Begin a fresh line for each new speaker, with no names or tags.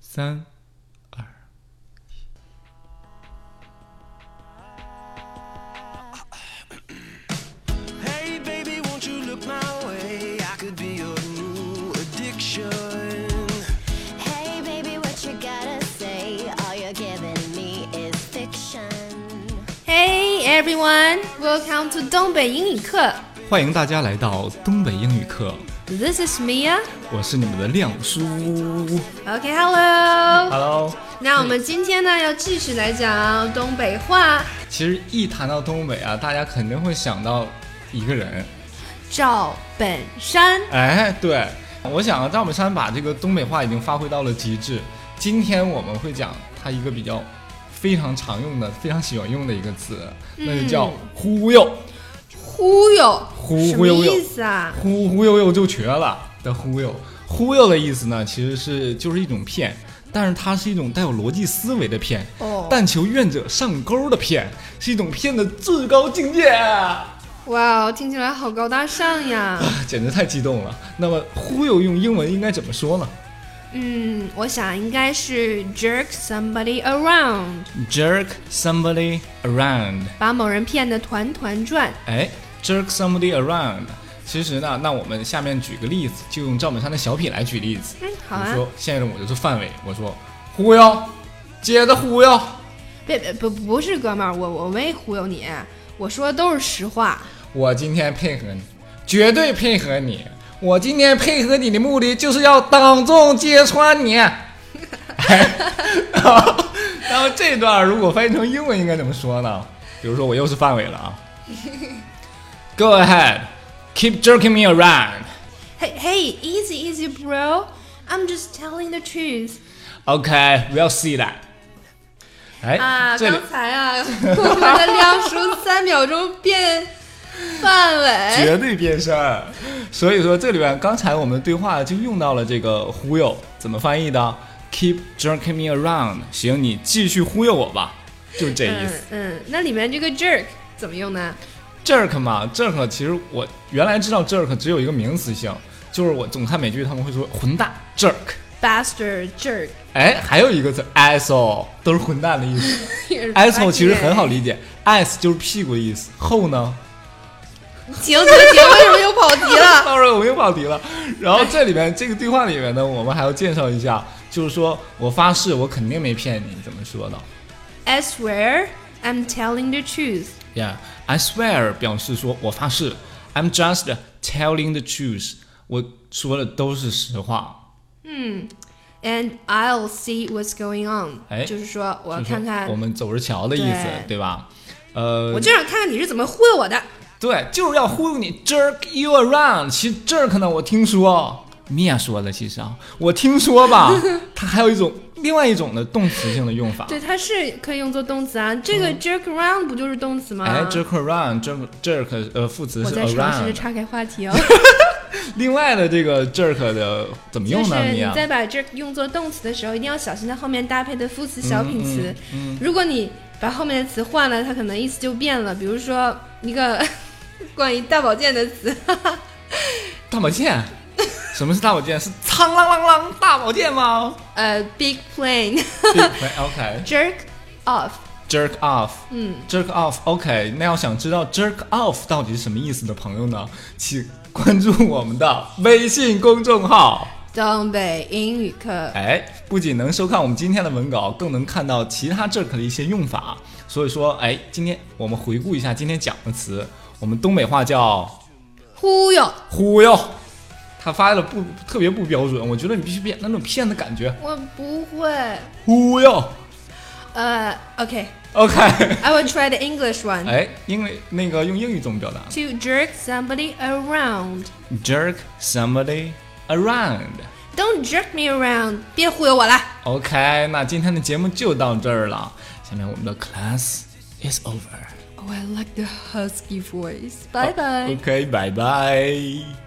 三、二、
Hey, baby, won't you look my way? I could be your new addiction.
Hey baby, what you gotta say? All you're giving me is fiction.
Hey everyone, welcome to 东北英语课。
欢迎大家来到东北英语课，
This is Mia.
我是你们的亮叔。
OK, hello.
Hello，
那我们今天呢，要继续来讲东北话。
其实一谈到东北啊，大家肯定会想到一个人，
赵本山，
哎，对，我想啊，赵本山把这个东北话已经发挥到了极致。今天我们会讲他一个比较非常常用的、非常喜欢用的一个词，那就叫忽悠，
忽悠，
忽忽悠
什
悠
么意思啊？
忽忽悠悠就瘸了的忽悠。忽悠的意思呢，其实是就是一种骗，但是它是一种带有逻辑思维的骗，
哦
但求愿者上钩的骗，是一种骗的至高境界。啊
哇哦，听起来好高大上呀。
简直太激动了。那么忽悠用英文应该怎么说呢
嗯，我想应该是 jerk somebody around，
？Jerk somebody around。
把某人骗得团团转。
哎，jerk somebody around。其实呢，那我们下面举个例子，就用赵本山的小品来举例子。
嗯，好
比
啊
如。说，现任我就是范伟，我说忽悠，接着忽悠。
别别不不是哥们儿，我我没忽悠你，我说的都是实话。
我今天配合你，绝对配合你。我今天配合你的目的就是要当众揭穿你。哎然后这段如果翻译成英文应该怎么说呢？比如说我又是范伟了啊。Go ahead, keep jerking me around.
Hey, hey, easy, easy, bro. I'm just telling the truth.
OK, we'll see that. 哎，
啊，
这里
刚才啊，我们的亮叔三秒钟变范伟。
绝对变身儿。所以说这里边刚才我们对话就用到了这个忽悠，怎么翻译的？Keep jerking me around，行，你继续忽悠我吧，就这意
嗯
思。
嗯，那里面这个 jerk 怎么用呢？
jerk 嘛，jerk 其实我原来知道 jerk 只有一个名词性，就是我总看美剧他们会说混蛋 jerk，
Bastard jerk。
哎，还有一个词 asshole，都是混蛋的意思。asshole 其
哎
实很好。理解，ass 就是屁股的意思，后呢
停停停！为什么又跑题了？
到时候我又跑题了。然后这里面这个对话里面呢，我们还要介绍一下，就是说我发誓我肯定没骗你，怎么说呢
I swear I'm telling the truth.
？Yeah，I swear 表示说我发誓，I'm just telling the truth，我说的都是实话。
And I'll see what's going on，、
哎
就是说我
就是
看看，
我们走着瞧的意思，对
对
吧？呃
我，就想看看你是怎么忽悠我的。
对，就是要忽悠你，jerk you around。其实 jerk 呢，我听说米娅说的，其实啊，我听说 吧，它还有一种另外一种的动词性的用法。
对，它是可以用作动词啊。这个 jerk around 不就是动词吗？
嗯哎，jerk around，jerk jerk 呃副词
啊我
是
在尝试
around。
着岔开话题哦，
另外的这个 jerk 的怎么
就
用呢？啊
是
米
你
娅
在把 jerk 用作动词的时候，一定要小心它后面搭配的副词、
嗯
小品词。如果你把后面的词换了，它可能意思就变了。比如说一个 关于大保健的词，
大保健， 什么是大保健？是苍啷啷啷大保健 吗
呃，big plane
？OK，jerk
jerk off，
off。
嗯，
jerk off，OK，、那要想知道 jerk off 到底是什么意思的朋友呢，请关注我们的微信公众号。
东北英语课。
哎，不仅能收看我们今天的文稿，更能看到其他 jerk 的一些用法。所以说，哎，今天我们回顾一下今天讲的词，我们东北话叫
忽悠，
忽悠。他发的不特别不标准，我觉得你必须变那种骗的感觉，
我不会。
忽悠。
呃，OK，I、
OK，
will try the English one、
哎，英为那个用英语怎么表达
to jerk somebody around。
？Jerk somebody around。
Don't jerk me around，别忽悠我了。
OK，那今天的节目就到这儿了。下面我们的 class is over。
Oh, I like the husky voice. Bye bye.
OK，拜拜。